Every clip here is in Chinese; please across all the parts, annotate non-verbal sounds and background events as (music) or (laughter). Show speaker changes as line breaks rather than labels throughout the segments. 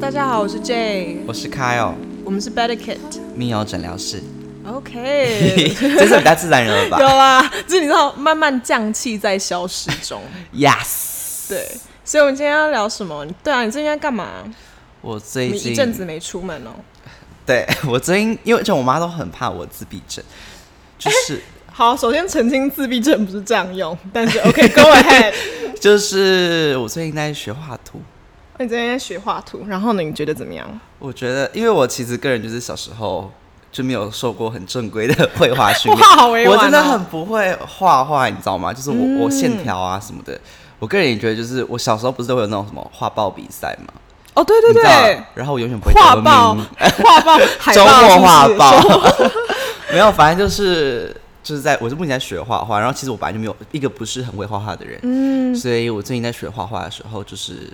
大家好，我是 Jane，
我是 Kyle，
我们是 Better Kid。
密友诊
(laughs)
疗室， (laughs)
OK，
这是比较自然人
(laughs)
了
有
吧
啦，就是你知道，慢慢降气在消失
(laughs)
中。
？Yes，
对，所以我们今天要聊什么？对啊，你最近在干嘛？
我
你
最近
一阵子没出门哦、
对 (laughs) 我最近，因为就我妈都很怕我自闭症，就是、 (laughs)
好，首先澄清，自闭症不是这样用，但是 (laughs) OK，Go、ahead。
就是我最近在学画图，
那你最近在学画图，然后呢？你觉得怎么样？
我觉得，因为我其实个人就是小时候就没有受过很正规的绘画
(laughs)
训
哇，
练，
好委婉、啊嗯
我真的很，不会画画，你知道吗？就是我、我线条啊什么的，我个人也觉得，就是我小时候不是都会有那种什么画报比赛嘛，
哦，对对
你知道
对，
然后我永远不会
画
得
报
名，
画报，海
(laughs) 周
报是
末
不
画
是
报， (laughs) 没有，反正就是就是在我是目前在学画画，然后其实我本来就没有一个不是很会画画的人，嗯，所以我最近在学画画的时候，就是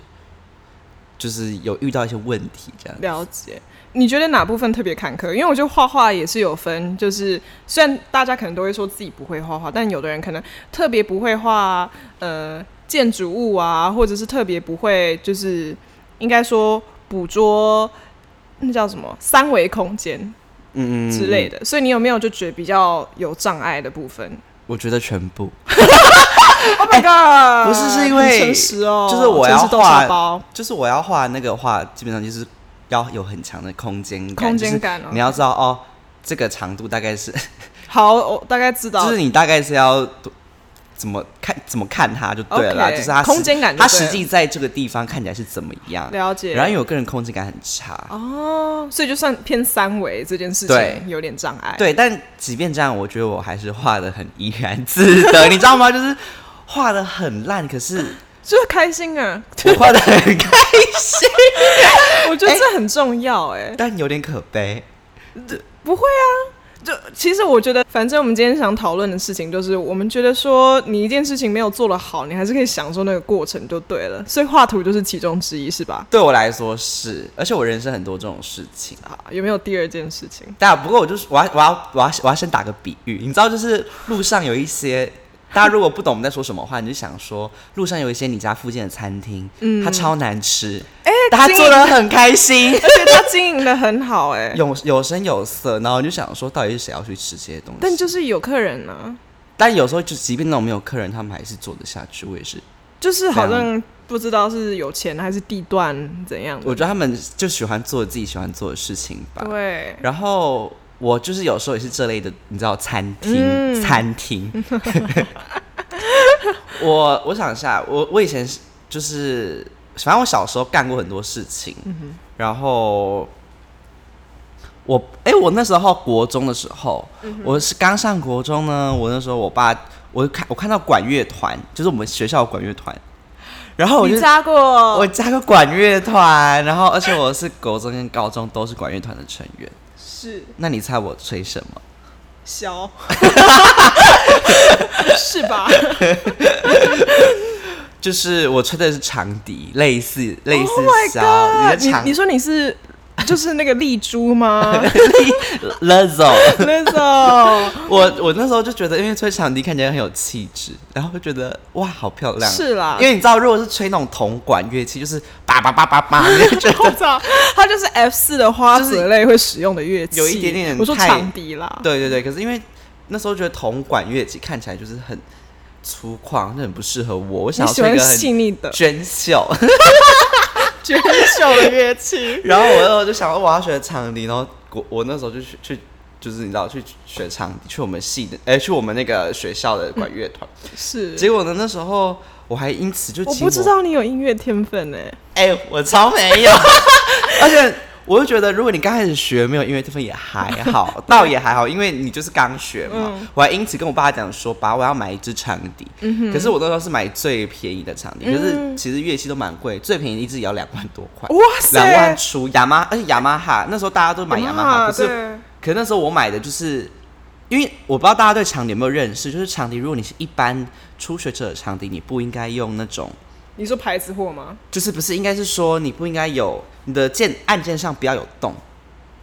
就是有遇到一些问题这样。
了解。你觉得哪部分特别坎坷？因为我觉得画画也是有分，就是虽然大家可能都会说自己不会画画，但有的人可能特别不会画呃建筑物啊，或者是特别不会就是应该说捕捉那叫什么三维空间
嗯
之类
的，
的。所以你有没有就觉得比较有障碍的部分
我觉得全部
？Oh my god！
哎不是是因为
很诚实哦，
就是我要
诚实豆
画
沙包
就是我要画那个画，基本上就是要有很强的空间感，
空
就
间
是
感哦。
你要知道哦，这个长度大概是，
好，我大概知道，
就是你大概是要多怎么看怎么看它就对了啦
OK，
就是它
空
实
间感就
它
对
实
了
际在这个地方看起来是怎么样。
了解。
然后因为我个人空间感很差，
哦，所以就算偏三维这件事
对
情有点障碍。，
对，但即便这样，我觉得我还是画的很怡然自 (laughs) 得，你知道吗？就是画的很烂，可是
就是开心啊，
我画的很 (laughs) 开，哎
我觉得这很重要哎、
但有点可悲。
不会啊。就其实我觉得，反正我们今天想讨论的事情就是，我们觉得说你一件事情没有做得好，你还是可以享受那个过程就对了。所以画图就是其中之一，是吧？
对我来说是，而且我人生很多这种事情。
啊，有没有第二件事情？
但不过我就是我要我要我要我要先打个比喻，你知道，就是路上有一 (laughs) 些。大家如果不懂我们在说什么话，你就想说路上有一些你家附近的餐厅，嗯，它超难吃，哎、但它
经
做
营
的很开心，
而且他经营的很好哎、
有有声有色，然后你就想说，到底是谁要去吃这些东西？
但就是有客人啊呢、
但有时候就即便那种没有客人，他们还是做得下去。我也是，
就是好
非
像不知道是有钱还是地段怎样
我
的。
觉得他们就喜欢做自己喜欢做的事情吧。
对，
然后我就是有时候也是这类的，你知道，餐厅，
嗯
餐厅。 (laughs) 我我想一下，我我以前是就是，反正我小时候干过很多事情，
嗯
然后。我哎、我那时候国中的时候，
嗯
我是刚上国中呢。我那时候我爸，我看我看到管乐团，就是我们学校的管乐团，然哦后我就
你扎过
我加个管乐团，然后而且我是国中跟高中都是管乐团的成员。
是
那你猜我吹什么？ (laughs)
小，是吧？
就是我吹的是长笛，类似类似
Oh my
小、
god！
你的
你
长
你说你是就是那个丽珠吗
(laughs) Lazo。
(laughs) 那种
我我那时候就觉得，因为吹长笛看起来很有气质，然后就觉得哇，好漂亮。
是啊啦
因，为你知道，如果是吹那种铜管乐器，就是叭叭叭叭叭，你就觉得
我操，它就是 F 四的花
就是
子类会使用的乐器，
有一点点
我说
太
长笛啦，
对对对。可是因为那时候觉得铜管乐器看起来就是很粗犷，就很不适合我。我
你
想要
喜
吹
欢
一个
细
很
腻的
娟秀。。
娟秀的乐器
(laughs) 然后我那时候就想，我要学长笛，然后我我那时候就去去，就是你知道去学长笛，去我们系的，哎、去我们那个学校的管乐团。
是，
结果呢，那时候我还因此就
嗯我
请
不知，道你有音乐天分欸呢。
哎、我超没有， (laughs) 而且。我就觉得，如果你刚开始学没有音乐天分也还好，倒也还好，因为你就是刚学嘛。
嗯
我还因此跟我爸讲说，爸，我要买一支长笛。可是我那时候是买最便宜的长笛，就是其实乐器都蛮贵，最便宜一支也要两万多块。
嗯哇塞，
啊两万出雅马，而且雅马哈那时候大家都买雅马哈，可是
对
可是那时候我买的就是，因为我不知道大家对长笛有没有认识，就是长笛，如果你是一般初学者的长笛，你不应该用那种，
你说牌子货吗？
就是不是应该是说你不应该有你的键按键上不要有洞，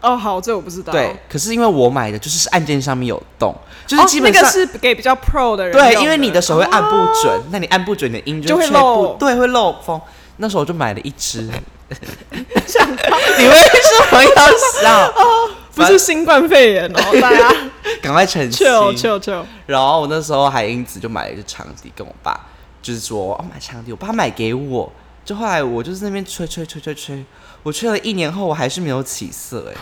哦，好，这我不知道。
对。可是因为我买的就是按键上面有洞，就
哦
是基本
那
上、
个是给比较 pro 的人用哦
对，因为你的手会按不准，那你按不准你的音
就会
会却步
漏
对，会漏风。那时候我就买了一支。
(laughs)
你为什么要笑？
不是新冠肺炎 (laughs) 哦，大家
赶快
(laughs)
澄清。
chill chill chill，
然后我那时候还因此就买了一支长笛，跟我爸就是说，哦，买长笛，我爸买给我。就后来我就是那边吹吹吹吹吹，我吹了一年后，我还是没有起色哎、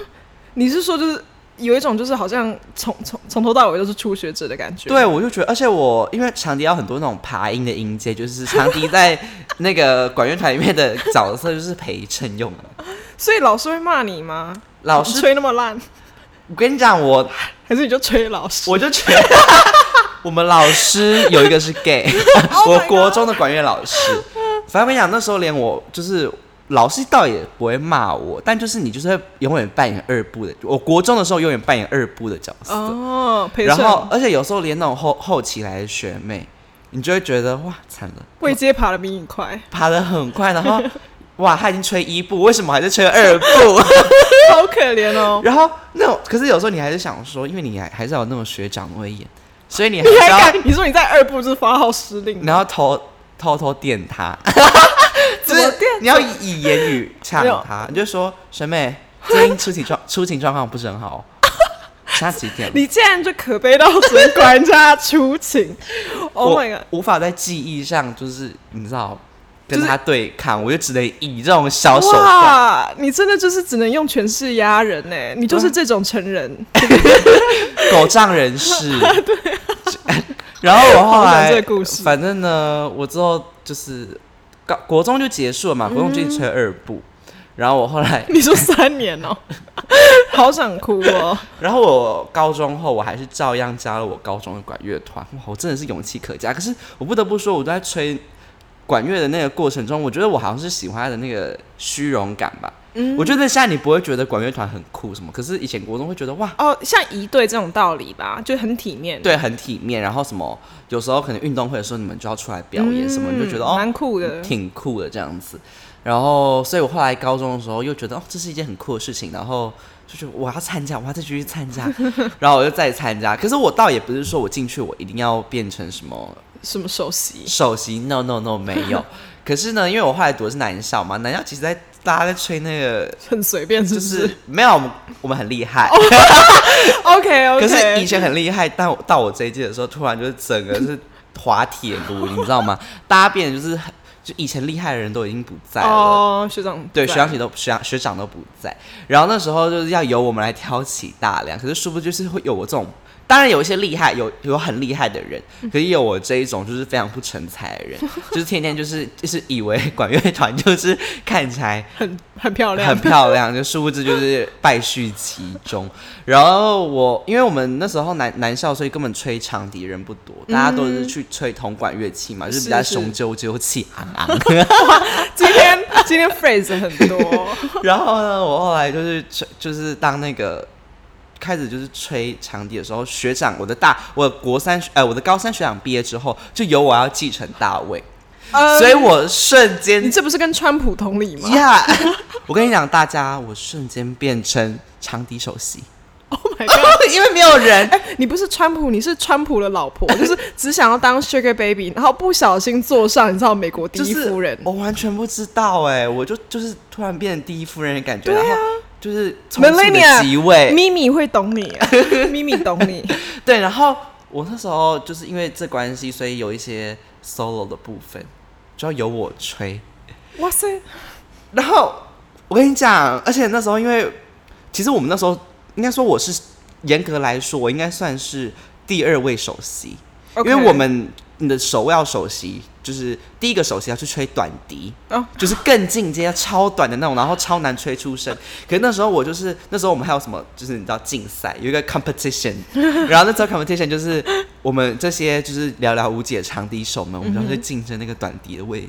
你是说就是有一种就是好像从从从头到尾都是初学者的感觉？
对，我就觉得，而且我因为长笛要很多那种爬音的音阶，就是长笛在那个管乐团里面的角色就是陪衬用的。
所以老师会骂你吗？
老师，
吹那么烂，
我跟你讲，我
还是你就吹老师？
(laughs) 我就觉得我们老师有一个是
(laughs)
gay，我
Oh
国中的管乐老师。反正我跟你讲，那时候连我就是老师倒也不会骂我，但就是你就是会永远扮演二部的。我国中的时候永远扮演二部的角色，
哦，陪
然后
衬
而且有时候连那种后后期来的学妹，你就会觉得哇惨了，
位阶爬的比你 (laughs) 快，
爬得很快，然后哇他已经吹一部，为什么还在吹二部？
(laughs) 好可怜哦。
然后那种可是有时候你还是想说，因为你还还是要有那种学长威严，所以你还
你
是
还
要
敢？你说你在二部就是发号施令，
然后偷偷偷
(laughs)
电他，
怎么电
你要以言语呛
没有
他，你就说学妹，最近出勤状出勤状况不是很好哦，现在几点了？
你竟然就可悲到只能管人家出勤！Oh
(laughs) 我
my god！
无法在记忆上，就是你知道跟
就是
他对抗，我就只能以这种小手段。
哇，你真的就是只能用权势压人呢、你就是这种成人，
狗仗人
(laughs)
势。对、 (laughs) 然后我后
啊好想
来
这个故事
反正呢，我之后就是高国中就结束了嘛，国中就吹二部。然后我后来，
(laughs) 你说三年哦、 (laughs) 好想哭哦、
然后我高中后，我还是照样加了我高中的管乐团。哇，我真的是勇气可嘉。可是我不得不说，我在吹管乐的那个过程中，我觉得我好像是喜欢他的那个虚荣感吧。嗯，我觉得现在你不会觉得管乐团很酷什么，可是以前国中会觉得哇，
(laughs) 哦，像一对这种道理吧，就很体面，
对，很体面。然后什么，有时候可能运动会的时候，你们就要出来表演什么，你就觉得哦，
嗯蛮酷的。
挺酷的这样子。然后，所以我后来高中的时候又觉得哦，这是一件很酷的事情，然后就觉得我要参加，我要再继续参加，
(laughs)
然后我就再参加。可是我倒也不是说我进去我一定要变成什么
什么首席？
首席，no no no 没有。可是呢，因为我后来读的是南校嘛，南校其实在大家在吹那个。
很随便，是
就
不是、
是
(laughs)
没有，我们我们很厉害，
o k
可
OK。
是以前很厉害，但我到我这一届的时候，突然就是整个是滑铁卢，你知道吗？大家变得就是很，就以前厉害的人都已经不在了，
哦，学长
对，
在
学长姐都学长学长都不在，然后那时候就是要由我们来挑起大梁，可是殊不知就是会有我这种，当然有一些厉害，有有很厉害的人，
嗯
可是也有我这一种就是非常不成才
(laughs)
的人，就是天天就是就是以为管乐团就是看起来
很很漂亮，
很漂亮，就殊不知就是败絮其中。然后我因为我们那时候南南校，所以根本吹长笛人不多，大家都是去吹铜管乐器嘛，就是比较
嗯是是
雄赳赳气昂昂。
(laughs) 今天今天 phrase 很
(laughs)
多， (laughs)
然后呢，我后来就是吹，就是当那个开始就是吹长笛的时候，学长，我的大，我的国三，呃，我的高三学长毕业之后，就由我要继承大位，
呃
所以我瞬间
你 (laughs) 这不是跟川普同理吗
呀我跟你讲，大家，我瞬间变成长笛首席，
(laughs)
(laughs)
？Oh my god！哎
因为没有人。
你不是川普，你是川普的老
(laughs)
婆，就是只想要当 Sugar Baby，然后不小心坐上你知道美国第
就
一
是
夫人，
我完全不知道哎、我就就是突然变成第一夫人的感
啊
觉，然后就是从此的
Millennia
即位，
咪咪会懂你， (laughs) 咪咪懂你，
对，然后我那时候就是因为这关系，所以有一些 solo 的部分就要由我吹。
哇塞，
然后我跟你讲，而且那时候因为其实我们那时候应该说我是严格来说，我应该算是第二位首席
OK
因为我们你的首要首席就是第一个首席要去吹短笛。
哦，
就是更进阶、超短的那种，然后超难吹出
(laughs)
声。可是那时候我就是，那时候我们还有什么，就是你知道竞赛有一个 competition，然 (laughs) 后那时候 competition 就是我们这些就是寥寥无几的长笛手们，我们
嗯
要去竞争那个短笛的位置。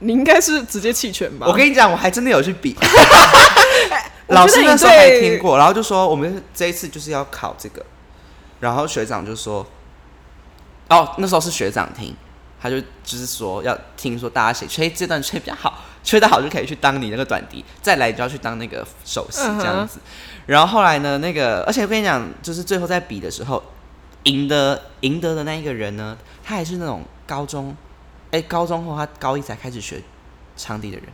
你应该是直接弃权吧？
我跟你讲，我还真的有去
(laughs)
比。
我觉得
老
你
师
对
那时候还听过，然后就说我们这一次就是要考这个，然后学长就说，哦，那时候是学长听，他就就是说要听说大家谁吹这段吹比较好， (laughs) 吹得好就可以去当你那个短笛，再来你就要去当那个首席
嗯哼
这样子。然后后来呢，那个而且我跟你讲，就是最后在比的时候，赢得赢得的那一个人呢，他还是那种高中，哎、高中后他高一才开始学场地的人。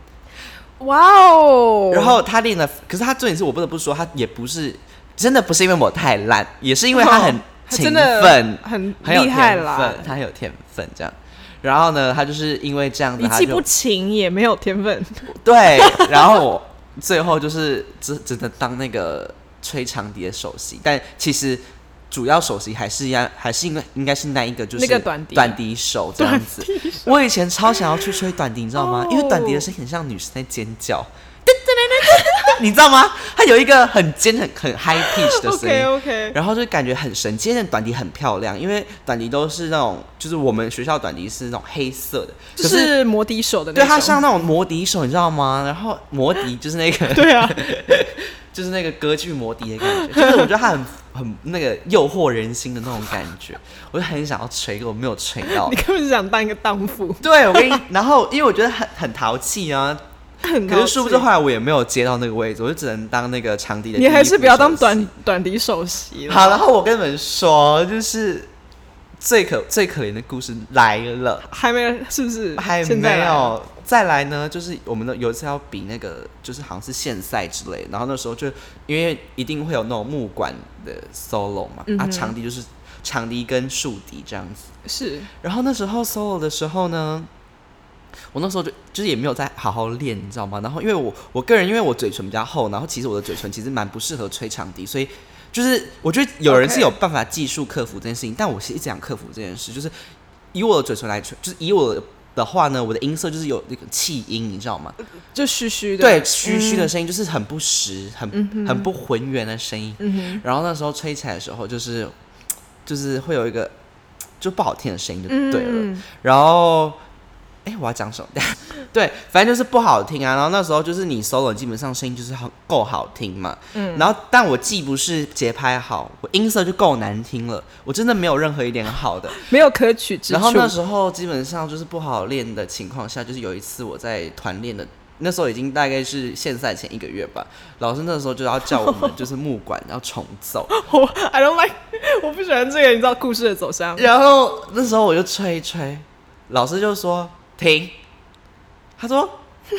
哇哦！
然后他练的，可是他重点是我不得不说，他也不是真的不是因为我太烂，也是因为他很
哦他
勤
真的
奋，
很
很有
厉害
天
啦
分，，他很有天分这样。然后呢，他就是因为这样子，
你
他
既不
就
勤也没有天分，
对。然后我最后就是只只能当那个吹长笛的首席，但其实主要首席还是要还是因为应该是那一个就是
那个短笛
短笛手这样
(laughs)
子。我以前超想要去吹短笛，你知道吗
哦
因为短笛的声音很像女生在尖叫。 (laughs) 你知道吗？它有一个很尖、很很 high
(laughs)
pitch 的声音
OK OK，
然后就感觉很神奇。那短笛很漂亮，因为短笛都是那种，就是我们学校短笛是那种黑色的，
就
可是
是摩笛手的那
对
种。
它像那种魔笛手，你知道吗？然后魔笛就是那个，
(laughs) 对啊，
(laughs) 就是那个歌剧魔笛的感觉，就是我觉得它很很那个诱惑人心的那种感觉，我就很想要吹，可我没有吹到
(laughs) 你。根本就想当一个荡妇，
对，我跟你， (laughs) 然后因为我觉得很很淘气啊，
很
可
高
是殊不知
兴
后来我也没有接到那个位置，我就只能当那个场地的。
你还是不要当短短笛首席了。
好，然后我跟你们说，就是最可最可怜的故事来了，
还没是不是？
还
现在
没
来了
有。再来呢，就是我们的有一次要比那个，就是好像是县赛之类的，然后那时候就因为一定会有那种木管的 solo 嘛，
嗯
啊，
哼
长笛就是长笛跟竖笛这样子。
是
然后那时候 solo 的时候呢，我那时候就就是也没有在好好练，你知道吗？然后因为我我个人因为我嘴唇比较厚，然后其实我的嘴唇其实蛮不适合吹长笛，所以就是我觉得有人
OK
是有办法技术克服这件事情但我是一直想克服这件事，就是以我的嘴唇来吹，就是以我的话呢，我的音色就是有那个气音，你知道吗？
就虚虚的，
对，虚虚的声音就是很不实、很很不浑圆的声音。
嗯哼，
然后那时候吹起来的时候，就是就是会有一个就不好听的声音，就
嗯
对了。然后，哎，我要讲什么？ (laughs) 对，反正就是不好听啊。然后那时候就是你 solo 基本上声音就是很够好听嘛，嗯。然后，但我既不是节拍好，我音色就够难听了，我真的没有任何一点好的。
没有可取之处。
然后那时候基本上就是不好练的情况下，就是有一次我在团练的。那时候已经大概是现赛前一个月吧，老师那时候就要叫我们就是木管要重奏，
我 I don't like，我 (laughs) 不喜欢这个，你知道故事的走向。
然后那时候我就吹一吹，老师就说停，他说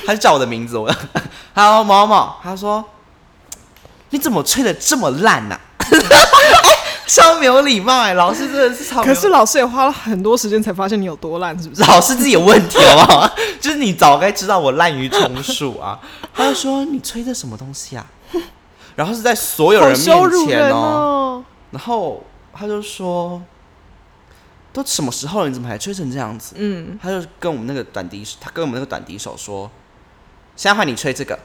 他就叫我的名字，我 (laughs) 他说某某某，他说你怎么吹的这么烂呐、啊？ (laughs) 哎超没有礼貌哎、老师真的是超没有
可是老师也花了很多时间才发现你有多烂，是不是？
老师自己有问题好不好？就是你早该知道我滥竽充数啊！他就说你吹的什么东西啊？然后是在所有
好
人
羞
面
辱
前
人
哦。
哦！
然后他就说，都什么时候了，你怎么还吹成这样子？
嗯，
他就跟我们那个短笛，他跟我们那个短笛手说，现在换你吹这个。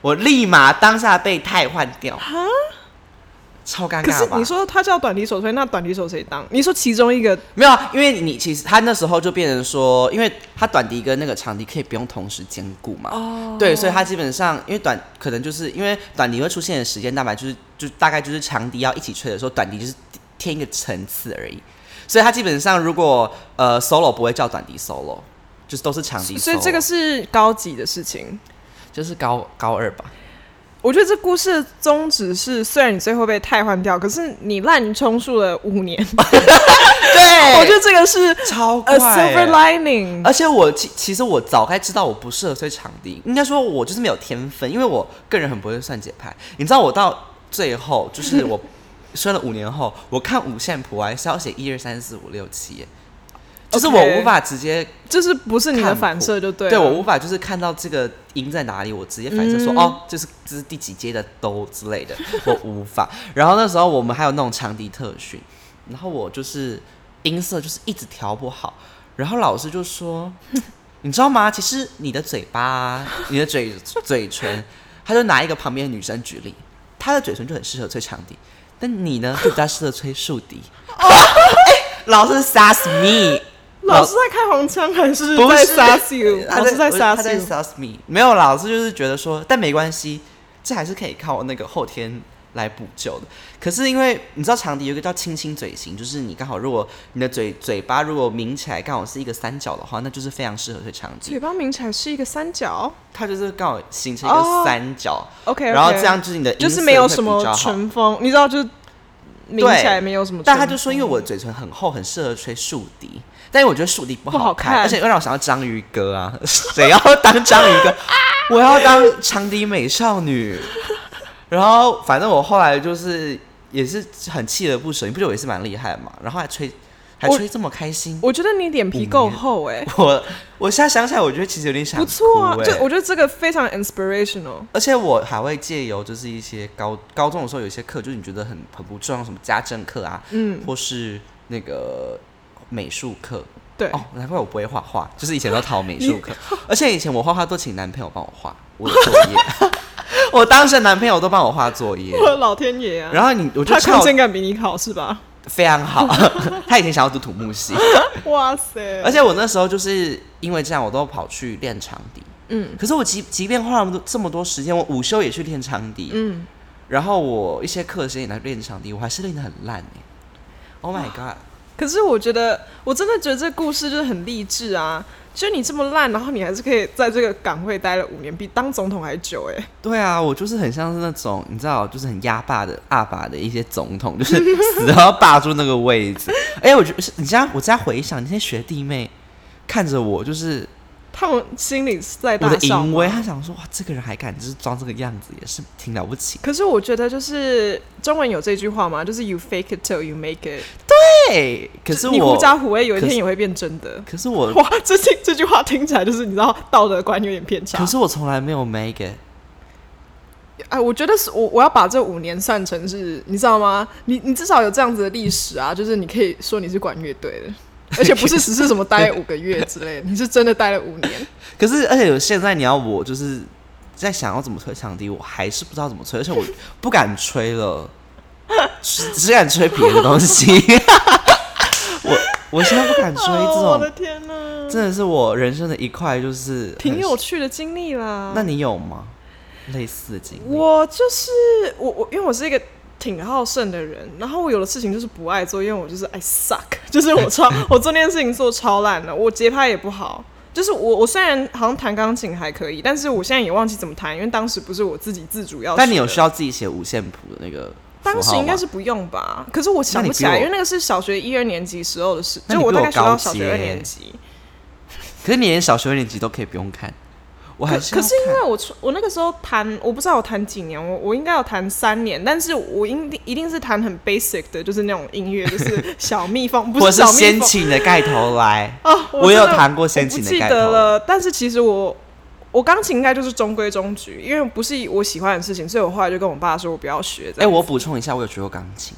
我立马当下被太换掉，
哈，
超尴尬吧。
可是你说他叫短笛手吹，那短笛手谁当？你说其中一个
没有啊，因为你其实他那时候就变成说，因为他短笛跟那个长笛可以不用同时兼顾嘛。
哦
对，所以他基本上因为短可能就是因为短笛会出现的时间大概就是就大概就是长笛要一起吹的时候，短笛就是添一个层次而已。所以他基本上如果呃 solo 不会叫短笛 solo，就是都是长笛 solo。
所以这个是高级的事情。
就是高高二吧。
我觉得这故事的宗旨是，虽然你最后被汰换掉，可是你滥竽充数了五年。(laughs)
对
我觉得这个是
超快、
a silver
欸
lining。
而且我其其实我早该知道我不适合吹长笛，应该说我就是没有天分，因为我个人很不会算节拍。你知道我到最后就是 (laughs) 我吹了五年后，我看五线谱我还是要写一二三四五六七耶，就是我
OK
无法直接
就是不是你的反射就对了。啊
对我无法就是看到这个音在哪里，我直接反射说、
嗯
哦，这是这是第几阶的哆之类的，我无法。然后那时候我们还有那种长笛特训，然后我就是音色就是一直调不好，然后老师就说， (laughs) 你知道吗？其实你的嘴巴啊、你的嘴嘴唇，他就拿一个旁边的女生举例，她的嘴唇就很适合吹长笛，但你呢就比较适合吹竖笛。哎老师 sass me，
老师在开黄腔还是
不
在
是
杀 you？
他
老师在杀
他在
you。
sass me，没有啦，老师就是觉得说，但没关系，这还是可以靠那个后天来补救的。可是因为你知道长笛有一个叫轻轻嘴型，就是你刚好如果你的嘴嘴巴如果抿起来刚好是一个三角的话，那就是非常适合吹长笛
嘴。巴抿起来是一个三角
它就是刚好形成一个三角，
哦，OK，,
然后这样就是你的音
就
色
是没有
会
什
比
么
较好
唇峰，你知道，就是抿起来没有什么。
但他就说，因为我的嘴唇很厚，很适合吹竖笛，但是我觉得竖笛不
不好
好看，
看
而且又让我想到章鱼哥啊， (laughs) 谁要当章鱼哥？ (laughs) 我要当长笛美少女。 (laughs) 然后反正我后来就是也是很锲而不舍，你不觉得我也是蛮厉害的嘛？然后还吹还
我
吹这么开心，
我觉得你脸皮够厚哎、
我欸我现在想起来，我觉得其实有点想
不错啊
哭，欸
就我觉得这个非常 inspirational。
而且我还会借由就是一些高高中的时候，有一些课就是你觉得很很不重要，什么家政课啊，
嗯，
或是那个美术课。
对，
哦，难怪我不会画画，就是以前都逃美术课，
(laughs)
而且以前我画画都请男朋友帮我画我的作业，
(laughs)
我当时的男朋友都帮我画作业。
我的老天爷啊！
然后你，我就
他空
靠
间感比你好是吧？ (laughs)
非常好，他以前想要读土木系，
哇塞！
而且我那时候就是因为这样，我都跑去练长笛。
嗯
可是我即即便花了那么多这么多时间，我午休也去练长笛，
嗯，
然后我一些课时间也来练长笛，我还是练得很烂哎、Oh my god！
可是我觉得，我真的觉得这故事就是很励志啊！就你这么烂，然后你还是可以在这个岗位待了五年，比当总统还久哎、
对啊，我就是很像是那种你知道，就是很压霸的阿爸的一些总统，就是死都要霸住那个位 (laughs) 置。哎、我觉得是你这样，我在回想那些学弟妹看着我，就是
他们心里是在
我
大
的
笑
淫威，
吗。
他想说哇，这个人还敢就是装这个样子，也是挺了不起。
可是我觉得，就是中文有这句话嘛，就是 “you fake it till you make it”，
对，可是
你狐
我，
假虎威，有一
可
天
是
也会变真的。
可是我，
哇， (laughs) 这这这句话听起来就是你知道道德观有点偏差
可。是我从来没有 make it。
哎，我觉得是我我要把这五年算成是，你知道吗？你你至少有这样子的历史啊，就是你可以说你是管乐队
(laughs)
的，而且不是只是什么待五个月之类的，你是真的待了五
(laughs)
年。
可是，而且有现在你要我就是在想要怎么吹长笛，我还是不知道怎么吹，而且我不敢吹了，只只敢吹别的东西。
(laughs)
我我现在不敢吹这
哦我的
种，
天哪，
真的是我人生的一块，就是很
挺有。趣的经历啦。
那你有吗？类似的经历？
我就是我我，因为我是一个挺好胜的人，然后我有的事情就是不爱做，因为我就是 I suck，就是 (laughs) 我
(laughs)
超我做那件事情做超烂的，我节拍也不好。就是我，我虽然好像弹钢琴还可以，但是我现在也忘记怎么弹，因为当时不是我自己自主要。
但你有需
学？
要自己写五线谱的那个
当
符
时
号
应该
吗
是不用吧？可是我想不起
那
来，
你比我
因为那个是小学一二年级时候的事，
那
就
你比
我
我
大概学到
高
小
阶
学二年级。
可是你连小学二年级都可以不用看，我还
可
是
可
要
是因
看
为我出我那个时候弹，我不知道我弹几年，我我应该有弹三年，但是我一定一定是弹很 basic 的，就是那种音乐，就是小蜜蜂，不
我
小蜜
先
蜂，
请你的盖头来
(laughs) 啊，
我
真
有
的
弹过
我
先
不
请的
记
盖
得
头
了，但是其实我我钢琴应该就是中规中矩，因为不是我喜欢的事情，所以我后来就跟我爸说我不要学。
哎、我补充一下，我有学过钢琴，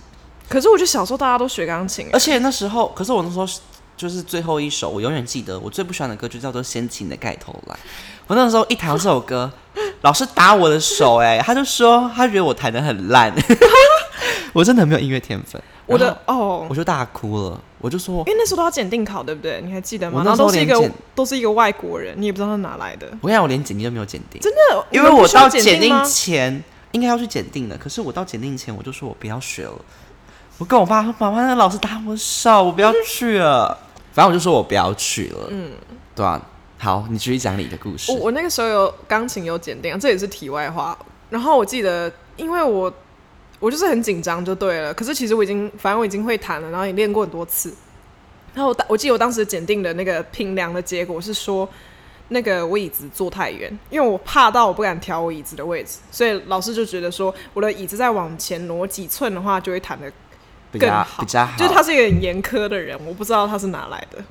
可是我觉得小时候大家都学钢琴、
而且那时候，可是我那时候是就是最后一首，我永远记得我最不喜欢的歌就叫做《先请你的盖头来》。我那时候一弹到这首歌，老师打我的手、哎，他就说他觉得我弹的很烂， (laughs) 我真的很没有音乐天分。
我
然
的
后
哦
我。就大哭了，我就说
因，为那时候都要检定考，对不对？你还记得吗？
我
然
那
后
时候
都是一
连
个
检
都是一个外国人，你也不知道他哪来的。
我跟你讲，我连检定都没有检定，
真的，你
因为
们不
我
需要
到
检
检定
吗？
前应该要去检定的，可是我到检定前我就说我不要学了，我跟我爸说妈妈那个老师打我手，我不要去了，反正我就说我不要去了，嗯，对啊，好，你继续讲你的故事
我，我那个时候有钢琴有检定，这也是题外话。然后我记得，因为我我就是很紧张就对了，可是其实我已经反正我已经会弹了，然后也练过很多次。然后我当我记得我当时检定的那个评量的结果是说，那个我椅子坐太远，因为我怕到我不敢调我椅子的位置，所以老师就觉得说我的椅子再往前挪几寸的话，就会弹得
比
更
较
好
比较好，
就是他是一个很严苛的人，我不知道他是哪来的。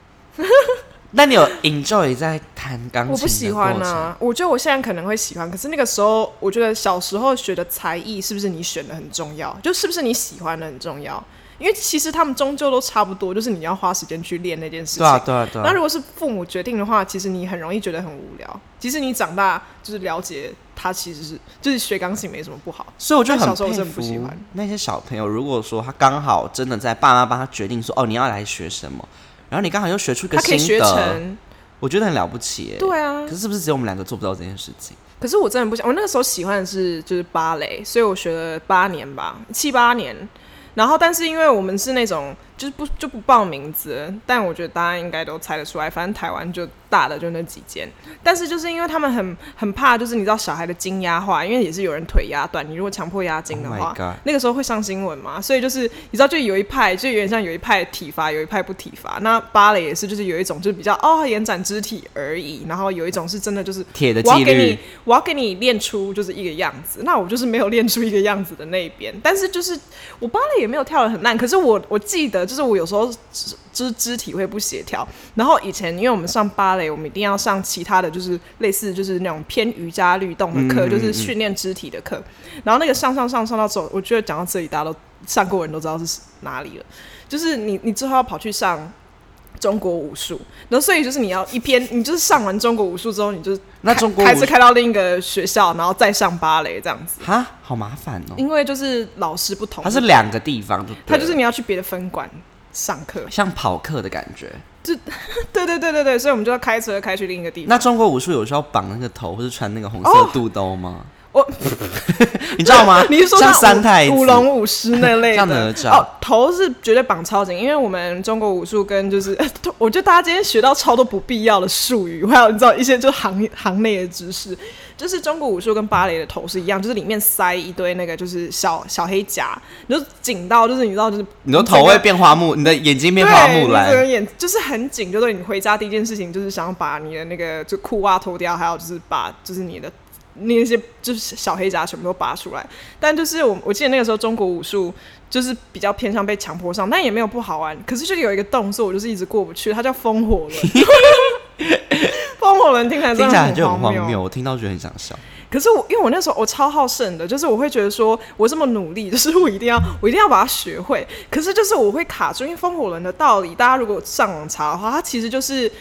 那你有 enjoy 在弹钢琴的
我不喜欢
过程
啊，我觉得我现在可能会喜欢，可是那个时候，我觉得小时候学的才艺是不是你选的很重要，就是不是你喜欢的很重要，因为其实他们终究都差不多，就是你要花时间去练那件事情。
对啊对啊对
那
啊，
如果是父母决定的话，其实你很容易觉得很无聊。其实你长大就是了解他其实是就是学钢琴没什么不好，
所以我就
但
很
小时候我
佩
真的不喜
服
欢
那些小朋友，如果说他刚好真的在爸妈帮他决定说哦你要来学什么，然后你刚好又学出一个
他可以
心
学
得。
成。
我觉得很了不起耶。
对啊
可，是是不是只有我们两个做不到这件事情？
可是我真的不想，我那个时候喜欢的是就是芭蕾，所以我学了八年吧，七八年。然后，但是因为我们是那种就是不就不报名字，但我觉得大家应该都猜得出来，反正台湾就大的就那几间，但是就是因为他们很很怕，就是你知道小孩的筋压坏，因为也是有人腿压断，你如果强迫压筋的
Oh
话
my god
那个时候会上新闻嘛，所以就是你知道，就有一派就有点像有一派体罚，有一派不体罚。那芭蕾也是，就是有一种就是比较哦延展肢体而已，然后有一种是真的就是
铁的
我要
纪
给你
律，，
我要给你练出就是一个样子。那我就是没有练出一个样子的那一边，但是就是我芭蕾也没有跳得很烂，可是我我记得就是我有时候肢肢肢体会不协调。然后以前因为我们上芭蕾，我们一定要上其他的就是类似就是那种偏瑜伽律动的课，
嗯嗯
就是
嗯
训练肢体的课。然后那个上上上上到走，我觉得讲到这里，大家都上过人都知道是哪里了。就是你你之后要跑去上中国武术，然后所以就是你要一边你就是上完中国武术之后，你就
那
开
中国
开
舞
始开到另一个学校，然后再上芭蕾这样子，
哈，好麻烦哦。
因为就是老师不同，
它是两个地方就对了，
嗯他就是你要去别的分馆上课，
像跑课的感觉。
对对对对对，所以我们就要开车开去另一个地方。
那中国武术有时候绑那个头，或是穿那个红色肚兜吗？
哦我
(laughs) 你知道吗
(laughs) ？你是说
像
舞
三太子
舞龙舞狮那类的？
(laughs) 像哪吒
哦，头是绝对绑超紧，因为我们中国武术跟就是， (laughs) 我觉得大家今天学到超多不必要的术语，还有你知道一些就行行内的知识，就是中国武术跟芭蕾的头是一样，就是里面塞一堆那个就是小小黑夹，你就紧到就是你知道就是
你的头会变花木，你的眼睛变花木
对，你整
兰
个，眼就是很紧，就对你回家第一件事情就是想要把你的那个就裤袜脱掉，还有就是把就是你的那些就是小黑夹全部都拔出来。但就是我我记得那个时候中国武术就是比较偏向被强迫上，但也没有不好玩。可是就是有一个动作我就是一直过不去，它叫风火轮。风火轮听起来真
听
的
起来就很
荒
荒谬。我听到觉得很想笑。
可是我因为我那时候我超好胜的，就是我会觉得说我这么努力，就是我一定要我一定要把它学会。可是就是我会卡住，因为风火轮的道理，大家如果上网查的话，它其实就是。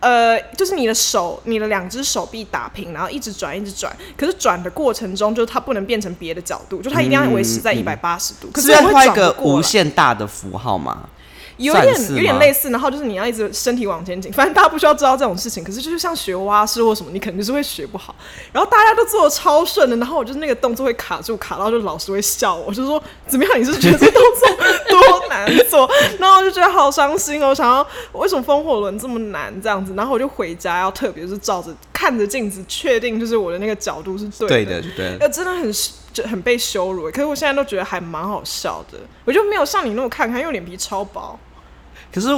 呃，就是你的手，你的两只手臂打平，然后一直转，一直转。可是转的过程中，就是它不能变成别的角度，就它一定要维持
嗯
在一百八十度。可是
是要
我会
画一
转
个
不过
无
来
限大的符号吗？
有
算
点
是
有点
吗
类似，然后就是你要一直身体往前倾，反正大家不需要知道这种事情，可是就是像学蛙式或什么，你肯定是会学不好。然后大家都做的超顺的，然后我就是那个动作会卡住，卡到就老师会笑我，就说怎么样，你是觉得这动作多难做？然后我就觉得好伤心哦，我想要为什么风火轮这么难这样子？然后我就回家要特别是照着看着镜子，确定就是我的那个角度是对
对的，就对了。
呃，真的很就很被羞辱欸，可是我现在都觉得还蛮好笑的。我就没有像你那么看开，因为我脸皮超薄。
可是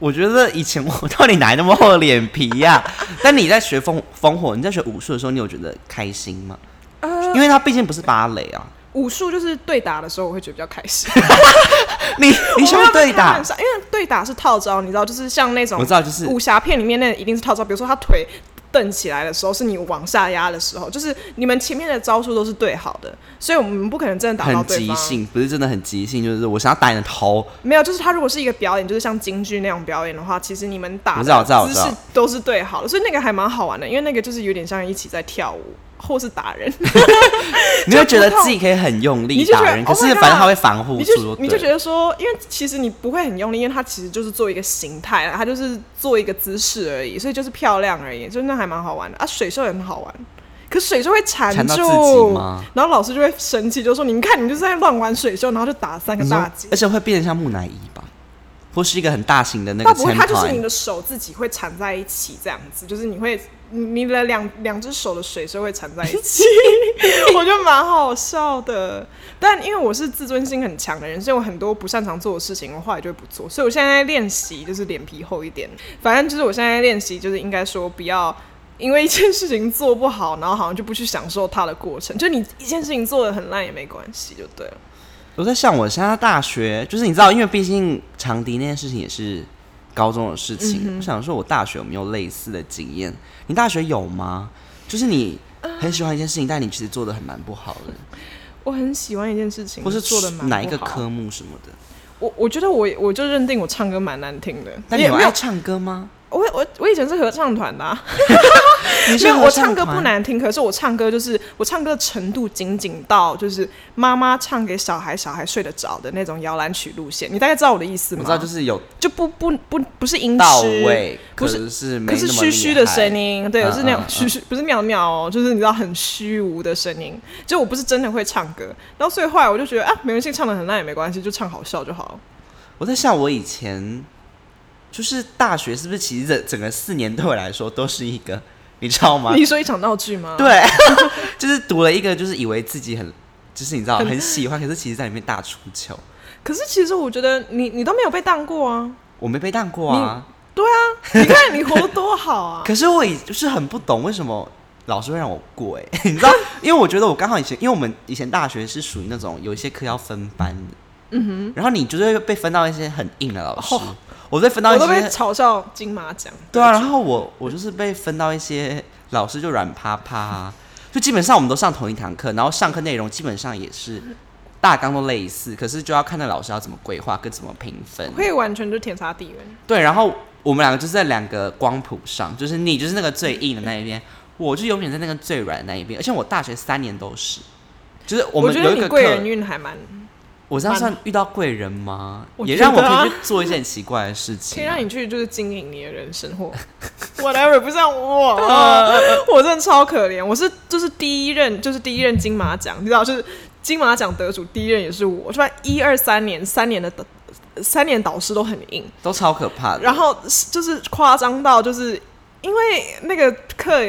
我觉得以前我到底哪来那么厚的脸皮呀、但你在学风风火，你在学武术的时候，你有觉得开心吗？
呃
因为它毕竟不是芭蕾啊，
武术就是对打的时候，我会觉得比较开心。
你 (laughs) 你喜
我没有
欢
在
对
开
打
玩，笑，因为对打是套招，你知道，就是像那种
我知道就是
武侠片里面那一定是套招，比如说他腿蹬起来的时候，是你往下压的时候，就是你们前面的招数都是对好的，所以我们不可能真的打到
很
对
即
方。
兴，不是真的很即兴，就是我想要打你的头，
没有，就是他如果是一个表演，就是像京剧那种表演的话，其实你们打
我知道我
的
知道我
姿
知
势
道
都是对好的，所以那个还蛮好玩的，因为那个就是有点像一起在跳舞或是打人，
你会觉得自己可以很用力
你就觉
打
得
人，可
Oh my
是
God，
反正他会防护
你
住
就
对
你就觉得说，因为其实你不会很用力，因为它其实就是做一个形态啦，它就是做一个姿势而已，所以就是漂亮而已，就那还蛮好玩的啊。水袖也很好玩，可是水袖会缠
缠到自己
住
吗，
然后老师就会生气，就说你们看你就是在乱玩水袖，然后就打三个
你说
大结
而。且会变得像木乃伊吧，或是一个很大型的那
倒
个
不会，
餐
它就是你
盘。
的手自己会缠在一起，这样子，就是你会你你的两两只手的水是会缠在一
(laughs)
起， (laughs) 我觉得蛮好笑的。但因为我是自尊心很强的人，所以我很多不擅长做的事情，我后来就会不做。所以我现在练习就是脸皮厚一点，反正就是我现在练习就是应该说不要。因为一件事情做不好，然后好像就不去享受它的过程。 (laughs) 就你一件事情做的很烂也没关系，就对了。
我在想，我现在大学就是你知道，因为毕竟长笛那件事情也是高中的事
嗯
情，我想说，我大学有没有类似的经验？你大学有吗？就是你很喜欢一件事情，但你其实做的很蛮不好的，
我很喜欢一件事情，
或是
嗯做的蛮
哪一
不
个
好
科目什么的。
我我觉得我我就认定我唱歌蛮难听的，
但你
也
有
没
爱
有
唱歌吗？
我我我以前是合唱团的、啊，
你
没
是
有
合
我唱歌
团
不，难听，可是我唱歌就是我唱歌的程度仅仅到就是妈妈唱给小孩，小孩睡得着的那种摇篮曲路线，你大概知道我的意思
我
吗？
知道就是有
就不不不不是音
到
痴
位，
不是
可是没
可是
那么
虚
厉
虚的
害
声音，对，
嗯
是那种
嗯嗯
虚虚，不是妙妙哦，就是你知道很虚无的声音。就我不是真的会唱歌，然后所以后来我就觉得啊，没关系，唱的很烂也没关系，就唱好笑就好了。
我在想，我以前就是大学是不是其实整整个四年对我来说都是一个，你知道吗？
你说一场闹剧吗？，
对， (laughs) 就是读了一个，就是以为自己很，就是你知道很喜欢，可是其实在里面大出糗。
可是其实我觉得你你都没有被当过
(laughs)
啊，
我没被当过啊，
你看你活得多好
(laughs)
啊！
可是我也就是很不懂为什么老师会让我过哎、 (laughs) 你知道？因为我觉得我刚好以前，因为我们以前大学是属于那种有一些课要分班的，嗯哼，然后你就是会被分到一些很硬的老师，
哦
我被分到
我
一
都被
些
嘲笑金马奖。
对啊，然后我我就是被分到一些老师就软趴趴啊、就基本上我们都上同一堂课，然后上课内容基本上也是大纲都类似，可是就要看那老师要怎么规划跟怎么评分。
会完全就天差地远。
对，然后我们两个就是在两个光谱上，就是你就是那个最硬的那一边，我就永远在那个最软的那一边。而且我大学三年都是，就是
我
我们
觉
有
得
一
你
个
贵人
课，
运还蛮，
我这样
蛮
算遇到贵人吗？
我
也
觉
让我
得啊
可以去做一些很奇怪的事
可
情
以
啊、
让你去就是经营你的人生
(laughs)
或 whatever，不像我， (laughs) 我真的超可怜。我是就是第一任，就是第一任金马奖，你知道，就是金马奖得主第一任也是我，就反正一二三年三年的导三年导师都很硬，
都超可怕的。
然后是就是夸张到就是因为那个课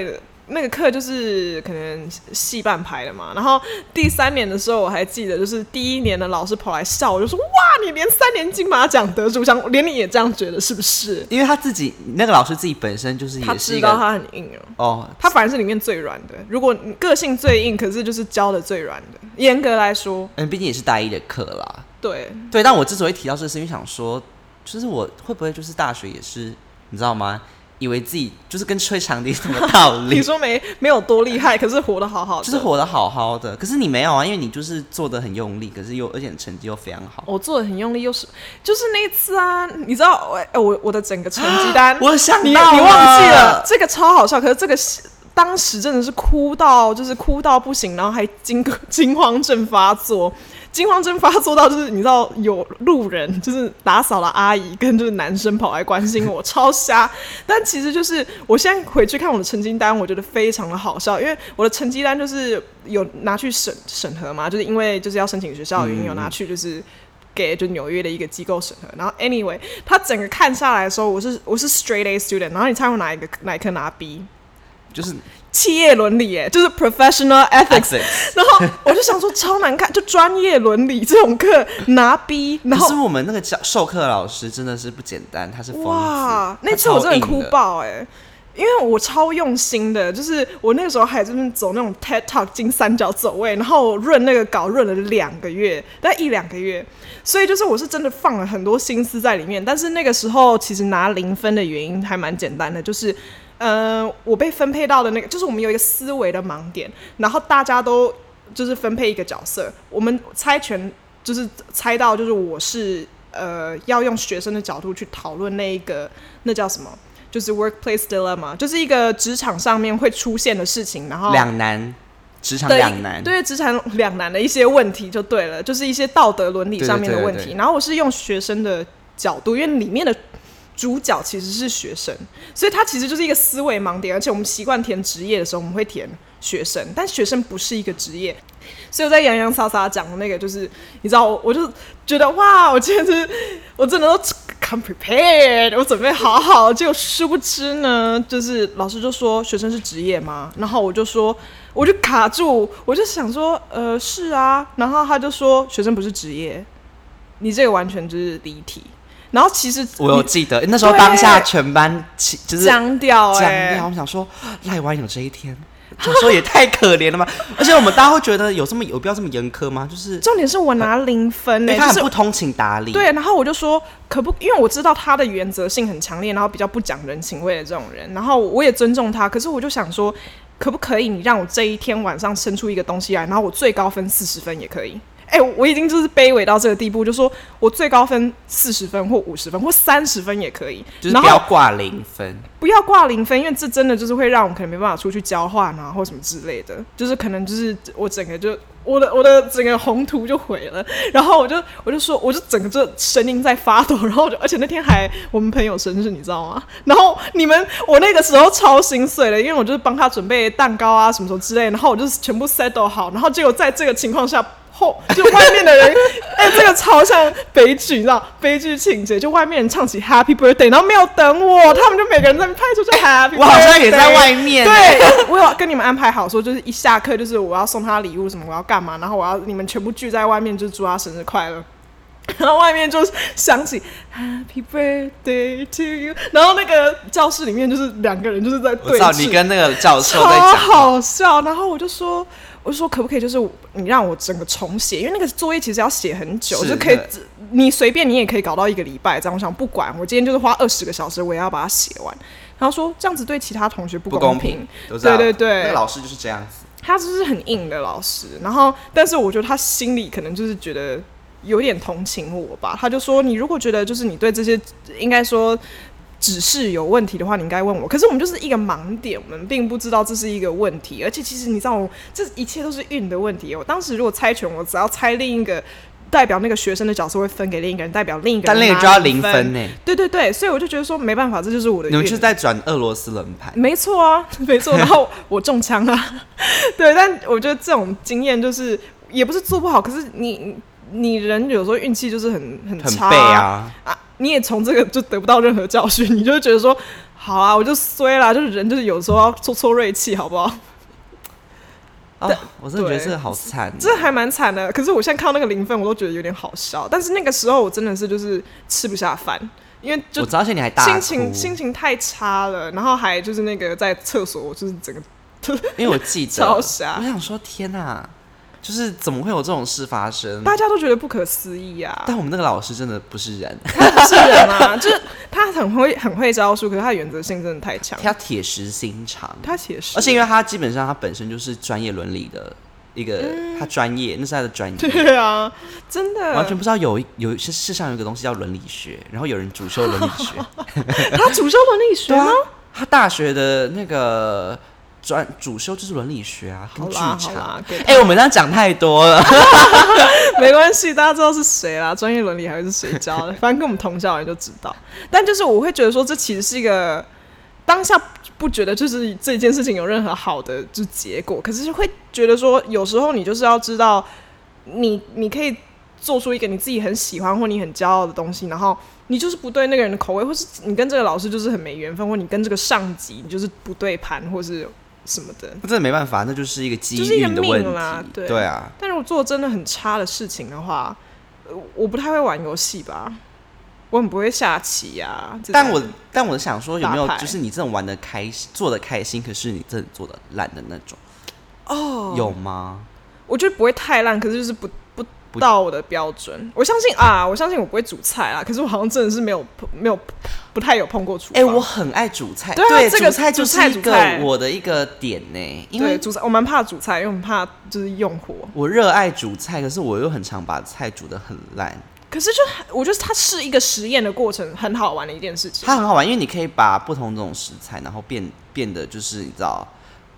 那个课就是可能戏半排的嘛，然后第三年的时候我还记得，就是第一年的老师跑来笑，我就说哇，你连三年金马奖得主想连你也这样觉得是不
(laughs)
是？
因为他自己那个老师自己本身就是
他
也是
知
一
道
个
他很硬哦。
哦，
他反而是里面最软的，如果你个性最硬，可是就是教的最软的。严格来说，
嗯，毕竟也是大一的课啦。
对，
对，但我之所以提到这个，是因为想说，就是我会不会就是大学也是，你知道吗？以为自己就是跟吹长笛什么道
(laughs)
理
你，说没没有多厉害，可是活得好好的。
就是活得好好的，可是你没有啊，因为你就是做的很用力，可是又而且成绩又非常好。，
我做的很用力，又是就是那一次啊，你知道，我、哎我我的整个成绩单
(gasps) 我啊想
你你
到
忘记
了
了，这个超好笑，可是这个是当时真的是哭到就是哭到不行，然后还惊惊慌症发作。惊慌症发作到就是你知道有路人就是打扫的阿姨跟就是男生跑来关心我超瞎，但其实就是我现在回去看我的成绩单，我觉得非常的好笑，因为我的成绩单就是有拿去审审核嘛，就是因为就是要申请学校的原因有拿去就是给就纽约的一个机构审核，然后 anyway 他整个看下来的时候，我是我是 straight A student，然后你猜我哪一个哪一科拿 B？
就是
企业伦理耶，就是 professional
(laughs)
ethics。
ethics
然后我就想说超难看，就专业伦理这种课拿 B，然
可是
后
我们那个教授课老师真的是不简单，他是疯子。
哇，
他
那次我
超
真的
硬
哭爆哎、因为我超用心的，就是我那个时候还就是走那种 TED Talk 金三角走位，然后我润那个稿润了两个月，但一两个月，所以就是我是真的放了很多心思在里面。但是那个时候其实拿零分的原因还蛮简单的，就是。呃，我被分配到的那个，就是我们有一个思维的盲点，然后大家都就是分配一个角色，我们猜拳就是猜到，就是我是呃要用学生的角度去讨论那一个那叫什么，就是 workplace dilemma，就是一个职场上面会出现的事情，然后
两难，职场
对
两难。
对职场两难的一些问题就对了，就是一些道德伦理上面的
对对对
问
对
题。
对
然后我是用学生的角度，因为里面的主角其实是学生，所以他其实就是一个思维盲点。而且我们习惯填职业的时候，我们会填学生，但学生不是一个职业。所以我在洋洋洒洒讲的那个，就是你知道，我我就觉得哇，我今天就是我真的都 come prepared，我准备好好，结果殊不知呢，就是老师就说学生是职业嘛，然后我就说我就卡住，我就想说呃是啊，然后他就说学生不是职业，你这个完全就是离题。然后其实
我有
你
记得那时候当下全班起就是
僵掉
讲
哎、
掉，我想说哦赖完有这一天，想说也太可怜了吧。而且我们大家会觉得有这么有必要这么严苛吗？就是
重点是我拿零分
因
呢、
为
就
他
是
很不通情达理。
对，然后我就说可不，因为我知道他的原则性很强烈，然后比较不讲人情味的这种人，然后我也尊重他，可是我就想说，可不可以你让我这一天晚上生出一个东西来，然后我最高分四十分也可以。哎、我已经就是卑微到这个地步，就说我最高分四十分或五十分或三十分也可以，
就是
然
不
后
要挂零分。
不要挂零分，因为这真的就是会让我可能没办法出去交换啊，或什么之类的，就是可能就是我整个就我的我的整个宏图就毁了，然后我就我就说我就整个就声音在发抖，然后我就而且那天还我们朋友生日，你知道吗？然后你们我那个时候超心碎的，因为我就是帮他准备蛋糕啊什么什么之类，然后我就是全部 settle 好，然后结果在这个情况下。后就外面的人，哎、这个超像悲剧，你知道悲剧情节，就外面人唱起 Happy Birthday，然后没有等我，他们就每个人在那边派出去 Happy，
我好像也在
Birthday
外面。，欸
对，我有跟你们安排好说，就是一下课就是我要送他礼物什么，我要干嘛，然后我要你们全部聚在外面，就祝他生日快乐。 (laughs) 然后外面就是响起 Happy Birthday to you，然后那个教室里面就是两个人就是在
我知
对
道
峙
你跟那个教授
超
在讲话。
好笑。然后我就说，我就说可不可以就是你让我整个重写，因为那个作业其实要写很久，
是
就可以
的
你随便你也可以搞到一个礼拜这样。我想不管，我今天就是花二十个小时，我也要把它写完。然后说这样子对其他同学不
不
公
公
平
平，，都知道
对对对
那个老师就是这样子，
他就是很硬的老师。然后，但是我觉得他心里可能就是觉得有点同情我吧。他就说，你如果觉得就是你对这些应该说指示有问题的话，你应该问我。可是我们就是一个盲点，我们并不知道这是一个问题。而且其实你知道我，这一切都是运的问题。我哦当时如果猜拳，我只要猜另一个。代表那个学生的角色会分给另一个人，代表另一个人，
但那个就要零分
分。
呢、
对对对，所以我就觉得说没办法，这就是我的
你
运。
们就是在转俄罗斯轮盘，
没错
(laughs)
啊，没错。然后我中枪啊， (laughs) 对。但我觉得这种经验就是也不是做不好，可是你你人有时候运气就是很很
很
差
背啊。
啊你也从这个就得不到任何教训， (laughs) 你就会觉得说，好啊，我就衰啦，就是人就是有时候要挫挫锐气，好不
嗯
好？
啊、我真的觉得
对
这个好惨哦，
这还蛮惨的。可是我现在看到那个零分，我都觉得有点好笑。但是那个时候我真的是就是吃不下饭，因为就
我知道，而且你还大
心
哭，
情心情太差了，然后还就是那个在厕所，我就是整个
(laughs) 因为我记得，
超
我
傻
想说天哪、就是怎么会有这种事发生？
大家都觉得不可思议啊！
但我们那个老师真的不
(laughs)
是人，
他不是人啊， (laughs) 就是他很会很会招数，可是他的原则性真的太强。
他铁石心肠，
他写实，
而哦且因为他基本上他本身就是专业伦理的一个，他专业那是他的专业，
(laughs) 嗯对啊，真
完全
的，
不知道有一有世世上有一个东西叫伦理学，然后有人主修伦理
(laughs)
学，
他主修伦理学
对啊
吗？，
他大学的那个专主修就是伦理学啊，
好
跟剧
啦好
场。
啦，给
哎、我们这样讲太多了。 (laughs)
(laughs) 没关系，大家知道是谁啦，专业伦理还会是谁教的，反正跟我们同校人就知道。但就是我会觉得说，这其实是一个当下不觉得就是这件事情有任何好的就结果，可是会觉得说，有时候你就是要知道你，你可以做出一个你自己很喜欢或你很骄傲的东西，然后你就是不对那个人的口味，或是你跟这个老师就是很没缘分，或你跟这个上级你就是不对盘，或是什么的。
那真的没办法，那就是一个机
就是一个
运的问
命啦
题。
对
啊，
但如果做真的很差的事情的话，呃我不太会玩游戏吧，我很不会下棋呀、啊。这种
但我但我想说，有没有
打牌
就是你这种玩的开心，做的开心，可是你真的做的烂的那种，
哦，
有吗？
我觉得不会太烂，可是就是不不
不
到我的标准。我相信啊，我相信我不会煮菜啊，可是我好像真的是没有没有不太有碰过厨
哎、
房。
我很爱煮菜，
对啊这个
煮菜就
煮菜
是一
煮菜
个我的一个点呢、因
对
为
煮菜，我蛮怕煮菜，因为我们怕就是用火。
我热爱煮菜，可是我又很常把菜煮的很烂。
可是就我觉得它是一个实验的过程，很好玩的一件事情。
它很好玩，因为你可以把不同这种食材，然后变变得就是你知道，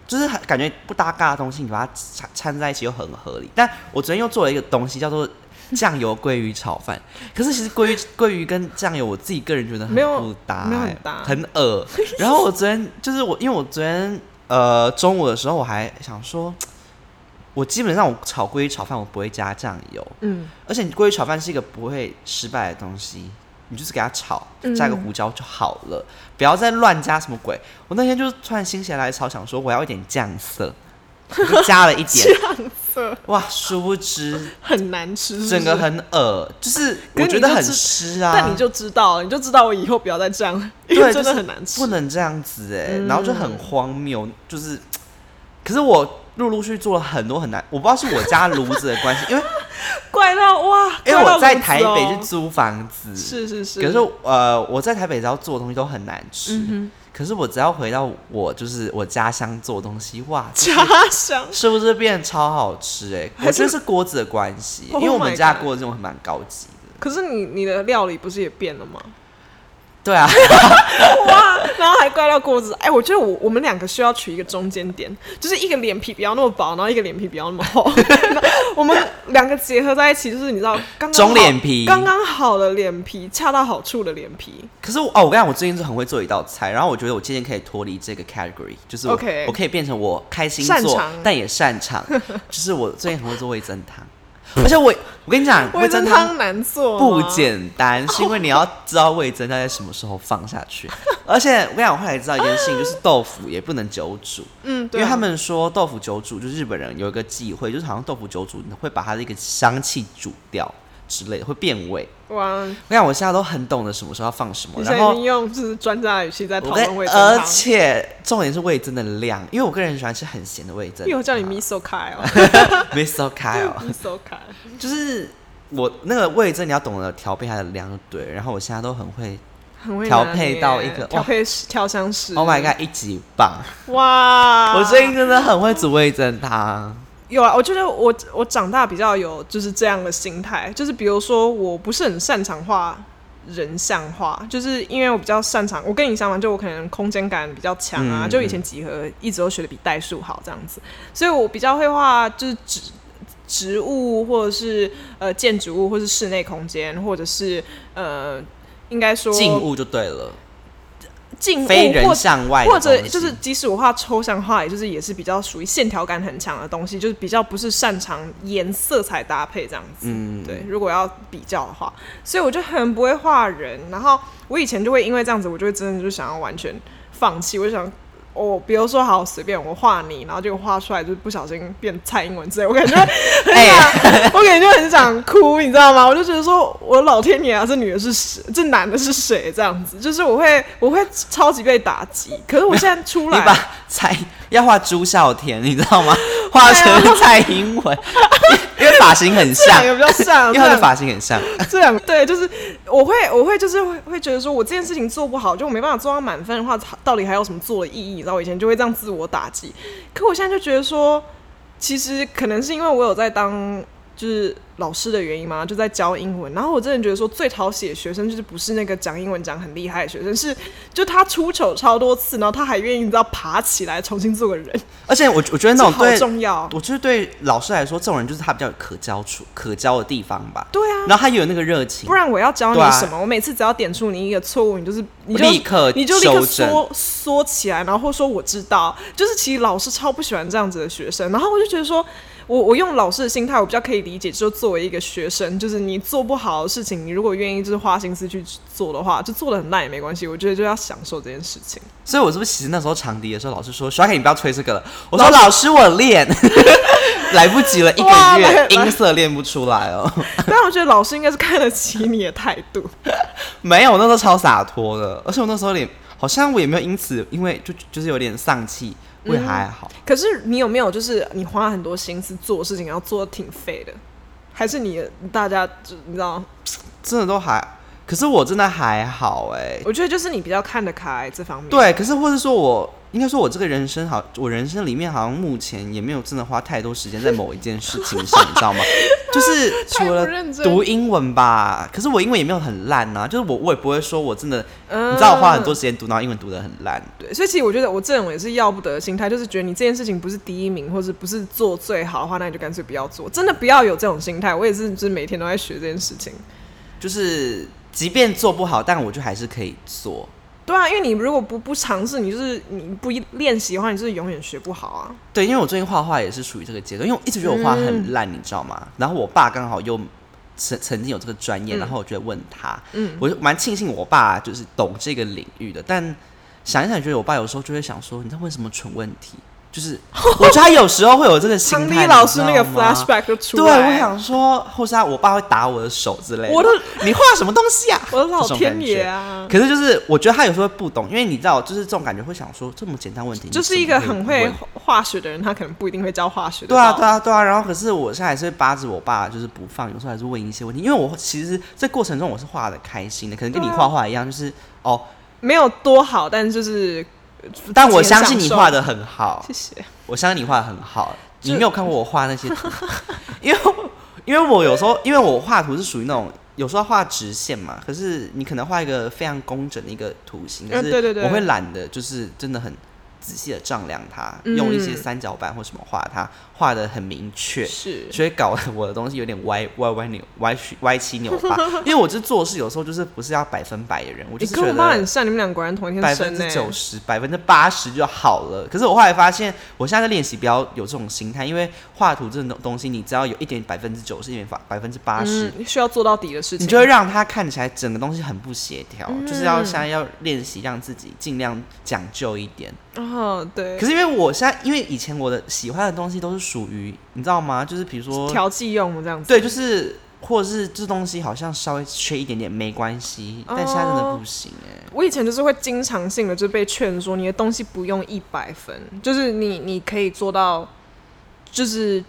就是很感觉不搭嘎的东西，你把它掺掺在一起又很合理。但我昨天又做了一个东西叫做酱油鲑鱼炒饭， (laughs) 可是其实鲑鱼鲑鱼跟酱油，我自己个人觉得很
没有
不搭、
没有
欸
很搭
很恶。然后我昨天就是我，因为我昨天呃中午的时候，我还想说。我基本上我炒鲑鱼炒饭我不会加酱油，
嗯，
而且你鲑鱼炒饭是一个不会失败的东西，你就是给它炒，
嗯
加个胡椒就好了，不要再乱加什么鬼。我那天就是突然心血来潮，想说我要一点酱色， (laughs) 我就加了一点，
(laughs) (laughs) 这
哇，殊不知
很难吃，是不是
整个很恶，就是
可是
我
你
觉
就
得很
知
湿啊。
但你就知道了，你就知道我以后不要再这样了，因为
对
真
就
的
是
很难吃。嗯
不能这样子哎、然后就很荒谬，就是，可是我陆陆续续做了很多很难，我不知道是我家炉子的关系，因为
怪到哇！
因为
怪到
我在
炉子
台
哦
北是租房子，
是是是，嗯
可是呃，我在台北只要做的东西都很难吃，可是我只要回到我就是我家乡做的东西，哇，
家乡
是不是变得超好吃、欸？哎，
还
我
是
觉得是锅子的关系，
Oh
因为我
my
们家
God
锅子这种蛮高级的。
(laughs) 可是你你的料理不是也变了吗？
对啊， (laughs)
哇，然后还怪到锅子。哎，我觉得我我们两个需要取一个中间点，就是一个脸皮不要那么薄，然后一个脸皮不要那么厚。 (laughs) 我们两个结合在一起，就是你知道，刚刚好
中脸皮
刚刚好的脸皮，恰到好处的脸皮。
可是我哦，我跟你讲，我最近是很会做一道菜，然后我觉得我渐渐可以脱离这个 category，就是我
OK
我可以变成我开心
擅
做
长， (laughs)
但也擅长，就是我最近很会做味增汤。而且我我跟你讲，
(laughs) 味
味
噌
噌
汤难做
不
吗，
简单，是因为你要知道味噌它在什么时候放下
(laughs)
去。而且我跟你讲，我后来知道一件事情，就是豆腐也不能久煮，
嗯，对
因为他们说豆腐久煮，就是日本人有一个忌讳，就是好像豆腐久煮你会把它的一个香气煮掉之类的，会变味。
哇，
我跟你讲，我现在都很懂得什么时候要放什么，
你现
然
在已
后
经用就是专家的语气在讨
我跟
论味噌
而
汤，
且重点是味噌的量，因为我个人很喜欢吃很咸的味噌汤，
因为我叫你
(laughs)
miso 开 (laughs) 哦
miso
哎
kyle，
(laughs) ，miso 开，
就是我那个味噌你要懂得调配它的量就对了，然后我现在都很会
很会
调
拿
配
捏
到一个
调
哇
配师调香师
，Oh my god，一级棒！
啊哇，
我最近真的很会煮味噌汤，
有啊，我觉得我我长大比较有就是这样的心态，就是比如说我不是很擅长画人像画，就是因为我比较擅长，我跟你相反，就我可能空间感比较强啊，
嗯
就以前几何一直都学的比代数好这样子，所以我比较会画就是植植物或者是呃建筑物，或是室内空间，或者是呃应该说
静物就对了，
静物
非
或
人向外的
或者
东西
就是，即使我画抽象画，也就是也是比较属于线条感很强的东西，就是比较不是擅长颜色彩搭配这样子。
嗯，
对，如果要比较的话，所以我就很不会画人。然后我以前就会因为这样子，我就会真的就想要完全放弃。我就想，我、比如说好随便我画你，然后就画出来就不小心变蔡英文之类，我感觉会很
哎
想， (laughs) 我感觉就很想哭，你知道吗？我就觉得说，我老天爷啊，这女的是谁？这男的是谁？这样子，就是我会我会超级被打击。可是我现在出
你
来，
(laughs) 把蔡要画朱孝天，你知道吗？画成蔡英
(laughs)
文，因为发型很
啊这
像
两，个比较像，
(laughs) 因为
这
他的
两个
发型很像，
这两对，就是我会我会就是会会觉得说我这件事情做不好，就我没办法做到满分的话，到底还有什么做的意义？你知道，我以前就会这样自我打击，可我现在就觉得说，其实可能是因为我有在当就是老师的原因嘛，就在教英文。然后我真的觉得说，最讨喜的学生就是不是那个讲英文讲很厉害的学生，是就他出糗超多次，然后他还愿意你知道爬起来重新做个人，
而且我我觉得那
这
种
好
对
重要。
我觉得对老师来说，这种人就是他比较有可教处、可教的地方吧。
对啊，
然后他也有那个热情
不，然我要教你
对啊
什么？我每次只要点出你一个错误，你就是你就
立刻
你就立刻
修正
缩缩起来，然后或说我知道，就是其实老师超不喜欢这样子的学生，然后我就觉得说。我我用老师的心态，我比较可以理解，就作为一个学生，就是你做不好的事情，你如果愿意就是花心思去做的话，就做的很烂也没关系。我觉得就要享受这件事情。
所以我是不是其实那时候长笛的时候，老师说：“小凯，你不要吹这个了。”我说：“老师，我 (laughs) 练，来不及了，一
哇
个
来
月音色练不出来 (laughs) 哦。
但我觉得老师应该是看得起你的态度，”
没有，我那时候超洒脱的，而且我那时候脸好像我也没有因此，因为就就是有点丧气，我也还好。
可是你有没有就是你花很多心思做事情，然后做的挺废的，还是你大家就你知道
真的都还，可是我真的还好哎、
我觉得就是你比较看得开这方面。，
对，可是或者说我应该说，我这个人生好，我人生里面好像目前也没有真的花太多时间在某一件事情上，你知道吗？就是
(laughs) 太
除
不
了
认真
读英文吧，可是我英文也没有很烂呐、就是我我也不会说我真的，
嗯
你知道我花很多时间读，然后英文读得很烂。
对，所以其实我觉得我这种也是要不得的心态，就是觉得你这件事情不是第一名，或者不是做最好的话，那你就干脆不要做，真的不要有这种心态。我也是，就是每天都在学这件事情。
就是即便做不好，但我就还是可以做。
对啊，因为你如果不不尝试，你就是你不一练习的话，你就是永远学不好啊。
对，因为我最近画画也是属于这个阶段，因为我一直觉得我画
嗯
很烂，你知道吗？然后我爸刚好又曾曾经有这个专业，然后我就问他，
嗯
我就蛮庆幸我爸就是懂这个领域的，但想一想，觉得我爸有时候就会想说，你在问什么蠢问题？就是
(laughs)
我觉得他有时候会有这个心
唐
态，
丽
你
老师
知
那个
道吗
flashback 就出
对，
来，
我想说，或是他我爸会打我的手之类的。
我的
你画什么东西啊？
我的老
这种
天
感
爷
觉！
啊！
可是就是我觉得他有时候会不懂，因为你知道，就是这种感觉会想说，这么简单问题，你
就是
怎
一
么
个很会
问
化学的人，他可能不一定会教化学的
对
道
啊，
理。
对啊，对啊。然后可是我现在还是会扒着我爸，就是不放，有时候还是问一些问题，因为我其实这过程中我是画的开心的，可能跟你
对啊
画画一样，就是哦，
没有多好，但是就是
但我
啊自己很
相信你
享受
画的很
(laughs)
好
谢，谢。
我相信你画的很好。
就
你没有看过我画那些图， (laughs) 因为因为我有时候因为我画图是属于那种有时候画直线嘛，可是你可能画一个非常工整的一个图形，可
嗯对对
是
对
我会懒得，就是真的很仔细的丈量它，
嗯
用一些三角板或什么画它，画的很明确。
是
所以搞得我的东西有点歪 (laughs) 歪歪扭歪曲歪七扭
(laughs)
八，因为我这做事有时候就是不是要百分百的人，我就
你
是
跟
觉
我妈很
得
像，你们俩果然同一天
百
生欸
分
呢、
之九十、百分之八十就好了。可是我后来发现，我现在在练习不要有这种心态，因为画图这种东西，你只要有一点百分之九十、一点百分之八十，
嗯，需要做到底的事情，
你就会让它看起来整个东西很不协调。
嗯
就是要现在要练习让自己尽量讲究一点。
哦，对
可，是因为我现在，因为以前我的喜欢的东西都是属于你知道吗？就是比如说
调剂用的这样子，
对，就是或者是这东西好像稍微缺一点点没关系，但现在真
哦
的不行哎、
我以前就是会经常性的就被劝说，你的东西不用一百分，就是你你可以做到，就是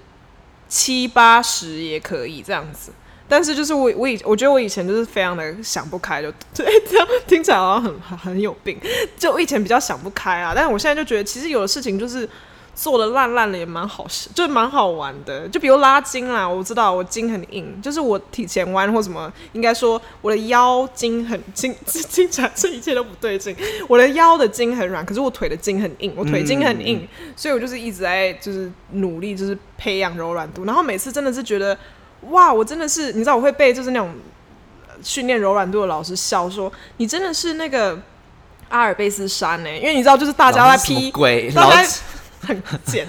七八十也可以这样子。但是就是我我以我觉得我以前就是非常的想不开就，对，这样 (laughs) 听起来好像很很很有病。就我以前比较想不开啊，但是我现在就觉得其实有的事情就是做的烂烂的也蛮好，就是蛮好玩的。就比如拉筋啦，我知道我筋很硬，就是我体前弯或什么，应该说我的腰筋很 (laughs) 筋，听起来这一切都不对劲。我的腰的筋很软，可是我腿的筋很硬，我腿筋很硬，所以我就是一直在就是努力就是培养柔软度，然后每次真的是觉得哇，我真的是你知道我会被就是那种呃训练柔软度的老师笑说你真的是那个。阿尔卑斯山欸呢、因为你知道，就是大家
老
在
师什么
批
鬼，
大
老
家
师
很
(laughs)
贱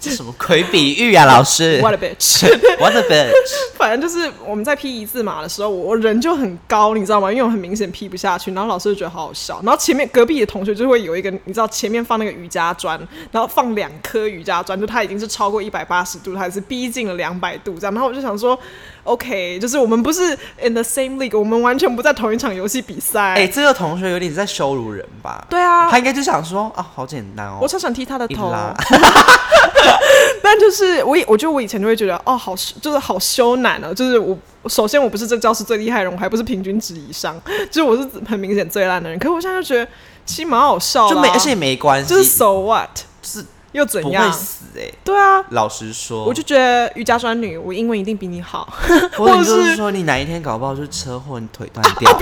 这什么鬼比喻啊，老师
(laughs) ，what a bitch。
，what the bitch，
反正就是我们在劈一字马的时候，我人就很高，你知道吗？因为我很明显劈不下去，然后老师就觉得好好笑。然后前面隔壁的同学就会有一个，你知道前面放那个瑜伽砖，然后放两颗瑜伽砖，就它已经是超过一百八十度，它还是逼近了两百度这样。然后我就想说，OK，就是我们不是 in the same league，我们完全不在同一场游戏比赛。
哎、这个同学有点在羞辱人吧？
对啊
他，应该就想说啊，好简单
我
哦，
超想踢他的
一
头。
拉，
(laughs) 但就是我以我觉得我以前就会觉得哦，好就是好羞赧哦，就是我首先我不是这教室最厉害的人，我还不是平均值以上， (laughs) 就是我是很明显最烂的人。可是我现在就觉得其实蛮好笑的
就
啊、
没，而且也没关系，
就是 so what
就是
又怎
不会
样？
死哎、
对啊，
老实说，
我就觉得瑜伽专女，我英文一定比你好， (laughs) 或
或者就
者是啊
是说你哪一天搞不好就是车祸，你腿断掉，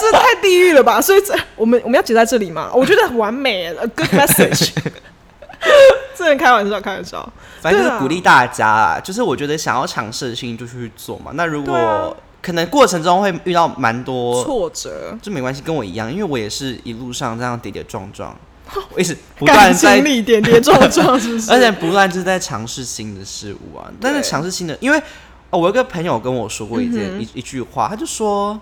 这太地狱了吧？所以这我们我们要解在这里嘛？我觉得很完美，a good
(laughs)
message。这人开玩笑，开玩笑。
反正就
对啊
是鼓励大家啦，就是我觉得想要尝试的事情就去做嘛。那如果、
对啊
可能过程中会遇到蛮多，
挫折，
就没关系，跟我一样，因为我也是一路上这样跌跌撞撞，我一直不
哦感
断
情
在，
里跌
(laughs)
跌撞撞，是不是？
而且不断就是在尝试新的事物啊。但是尝试新的，因为、哦、我有一个朋友跟我说过一件、
嗯
一一句话，他就说，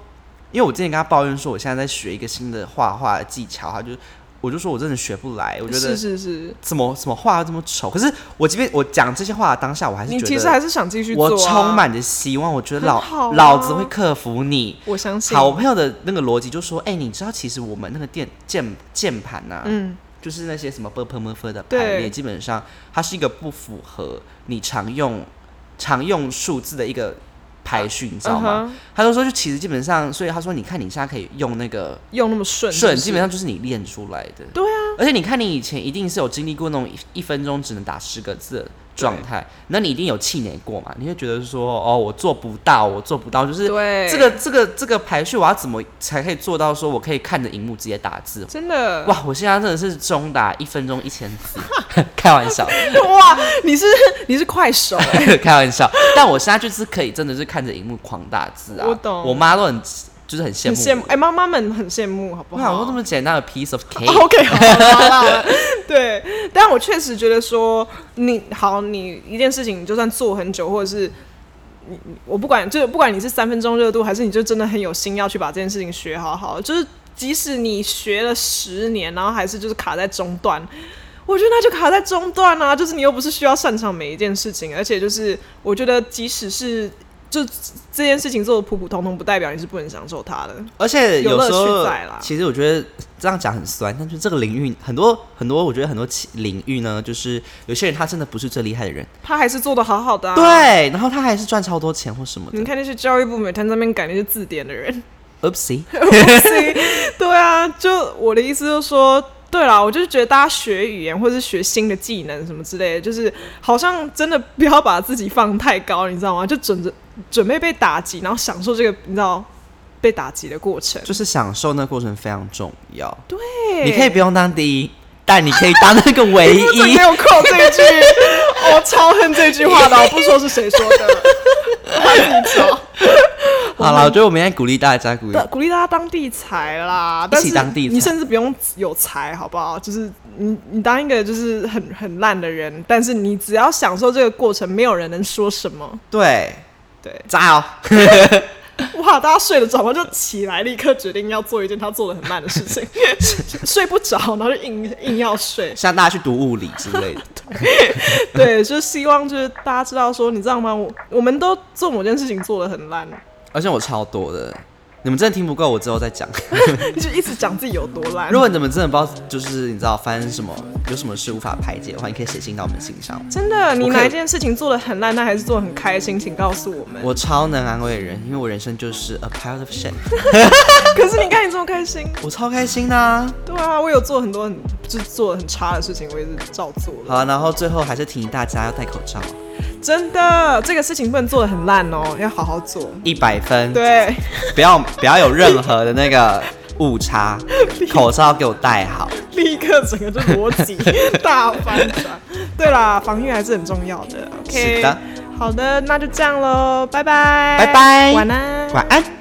因为我之前跟他抱怨说我现在在学一个新的画画的技巧，他就我就说我真的学不来，我觉
是
得。
是是，
怎么怎么画得这么丑？可是我即便我讲这些话的当下，我还是
你
觉得
其实还是想继续做、
我
啊，
充，满着希望，我觉得老、
很好啊
老子会克服你。
我相信。
好，我朋友的那个逻辑就说：“哎、你知道其实我们那个键键键盘呐，
嗯，
就是那些什么 b p m f 的
对
排列，基本上它是一个不符合你常用常用数字的一个排序，你知道吗？
嗯哼
他就说，就其实基本上，所以他说，你看你现在可以用那个
用那么顺，
顺，
是不是
基本上就是你练出来的。
对啊，
而且你看，你以前一定是有经历过那种一一分钟只能打十个字的状态，那你一定有气馁过嘛？你会觉得说，哦，我做不到，我做不到，就是
对
这个这个这个排序，我要怎么才可以做到？说我可以看着荧幕直接打字。
真 (laughs) 的哇
哇，我现在真的是中打一分钟一千
(laughs)
字，开玩笑， (laughs)
你是你是快手，
开玩笑。但我现在就是可以，真的是看着荧幕狂打字啊！
我懂
我妈都很就是很 (laughs) 羡
很
慕
羡慕
我。
哎，妈妈们很羡慕，好不
我想说
好
这？么简单的 piece of cake，、
OK，好 (laughs) 了好了好了，对，但我确实觉得说，你好，你一件事情，你就算做很久，或者是你你我不管，就是不管你是三分钟热度，还是你就真的很有心要去把这件事情学好好，就是即使你学了十年，然后还是就是卡在中段，我觉得那就卡在中段啊，就是你又不是需要擅长每一件事情，而且就是我觉得即使是。就这件事情做的普普通通，不代表你是不能享受它的。
而且
有
有
乐
时
趣
候
在啦，
其实我觉得这样讲很酸，但是这个领域很多很多，我觉得很多其领域呢，就是有些人他真的不是最厉害的人，
他还是做的好好的、啊。，嗯
对，然后他还是赚超多钱或什么
你
的。
看那些教育部每天在那边改那些字典的
(laughs)
人，
Oopsie，
(laughs) 对啊，就我的意思就是说，对啦，我就是觉得大家学语言或是学新的技能什么之类的，就是好像真的不要把自己放太高，你知道吗？就准着准备被打击，然后享受这个，你知道。被打击的过程。
就是享受那过程非常重要。
对，
你可以不用当第一，但你可以当那个
(laughs)
唯
不准
一
给。我扣这一句，我超恨这句话的，我不说是谁说
(laughs)
的，换你说。
好了，我觉得我们应该鼓励大家，鼓励
对，鼓励大家当地才啦，但是
当地才
你甚至不用有才，好不好？就是你你当一个就是很很烂的人，但是你只要享受这个过程，没有人能说什么。
对
对，
渣哦。
哇，大家睡得着吗？就起来立刻决定要做一件他做的很烂的事情， (laughs) 睡不着，然后就硬硬要睡。
像大家去读物理之类的， (laughs)
对，就希望就是大家知道说，你知道吗？我我们都做某件事情做的很烂，
而且我超多的，你们真的听不够，我之后再讲。
就一直讲自己有多烂。
如果你们真的不知道，就是你知道发生什么，有什么事无法排解的话，你可以写信到我们信箱。
真的，你
我可以
哪一件事情做的很烂，但还是做的很开心，请告诉我们。
我超能安慰人，因为我人生就是 a pile of shit，
可是你看你这么开心，
我超开心的、啊。
对啊，我有做很多很就是做的很差的事情，我也是照做了。
好啊了，然后最后还是提醒大家要戴口罩，
真的，这个事情不能做的很烂哦，要好好做。
一百分，
对，
不要不要有任何的那个误差，口罩给我戴好。
立刻整个就逻辑大翻转。对 (laughs) 啦，防御还是很重要的。OK，
是的，
好的，那就这样喽，拜拜，
拜拜
晚安，
晚安。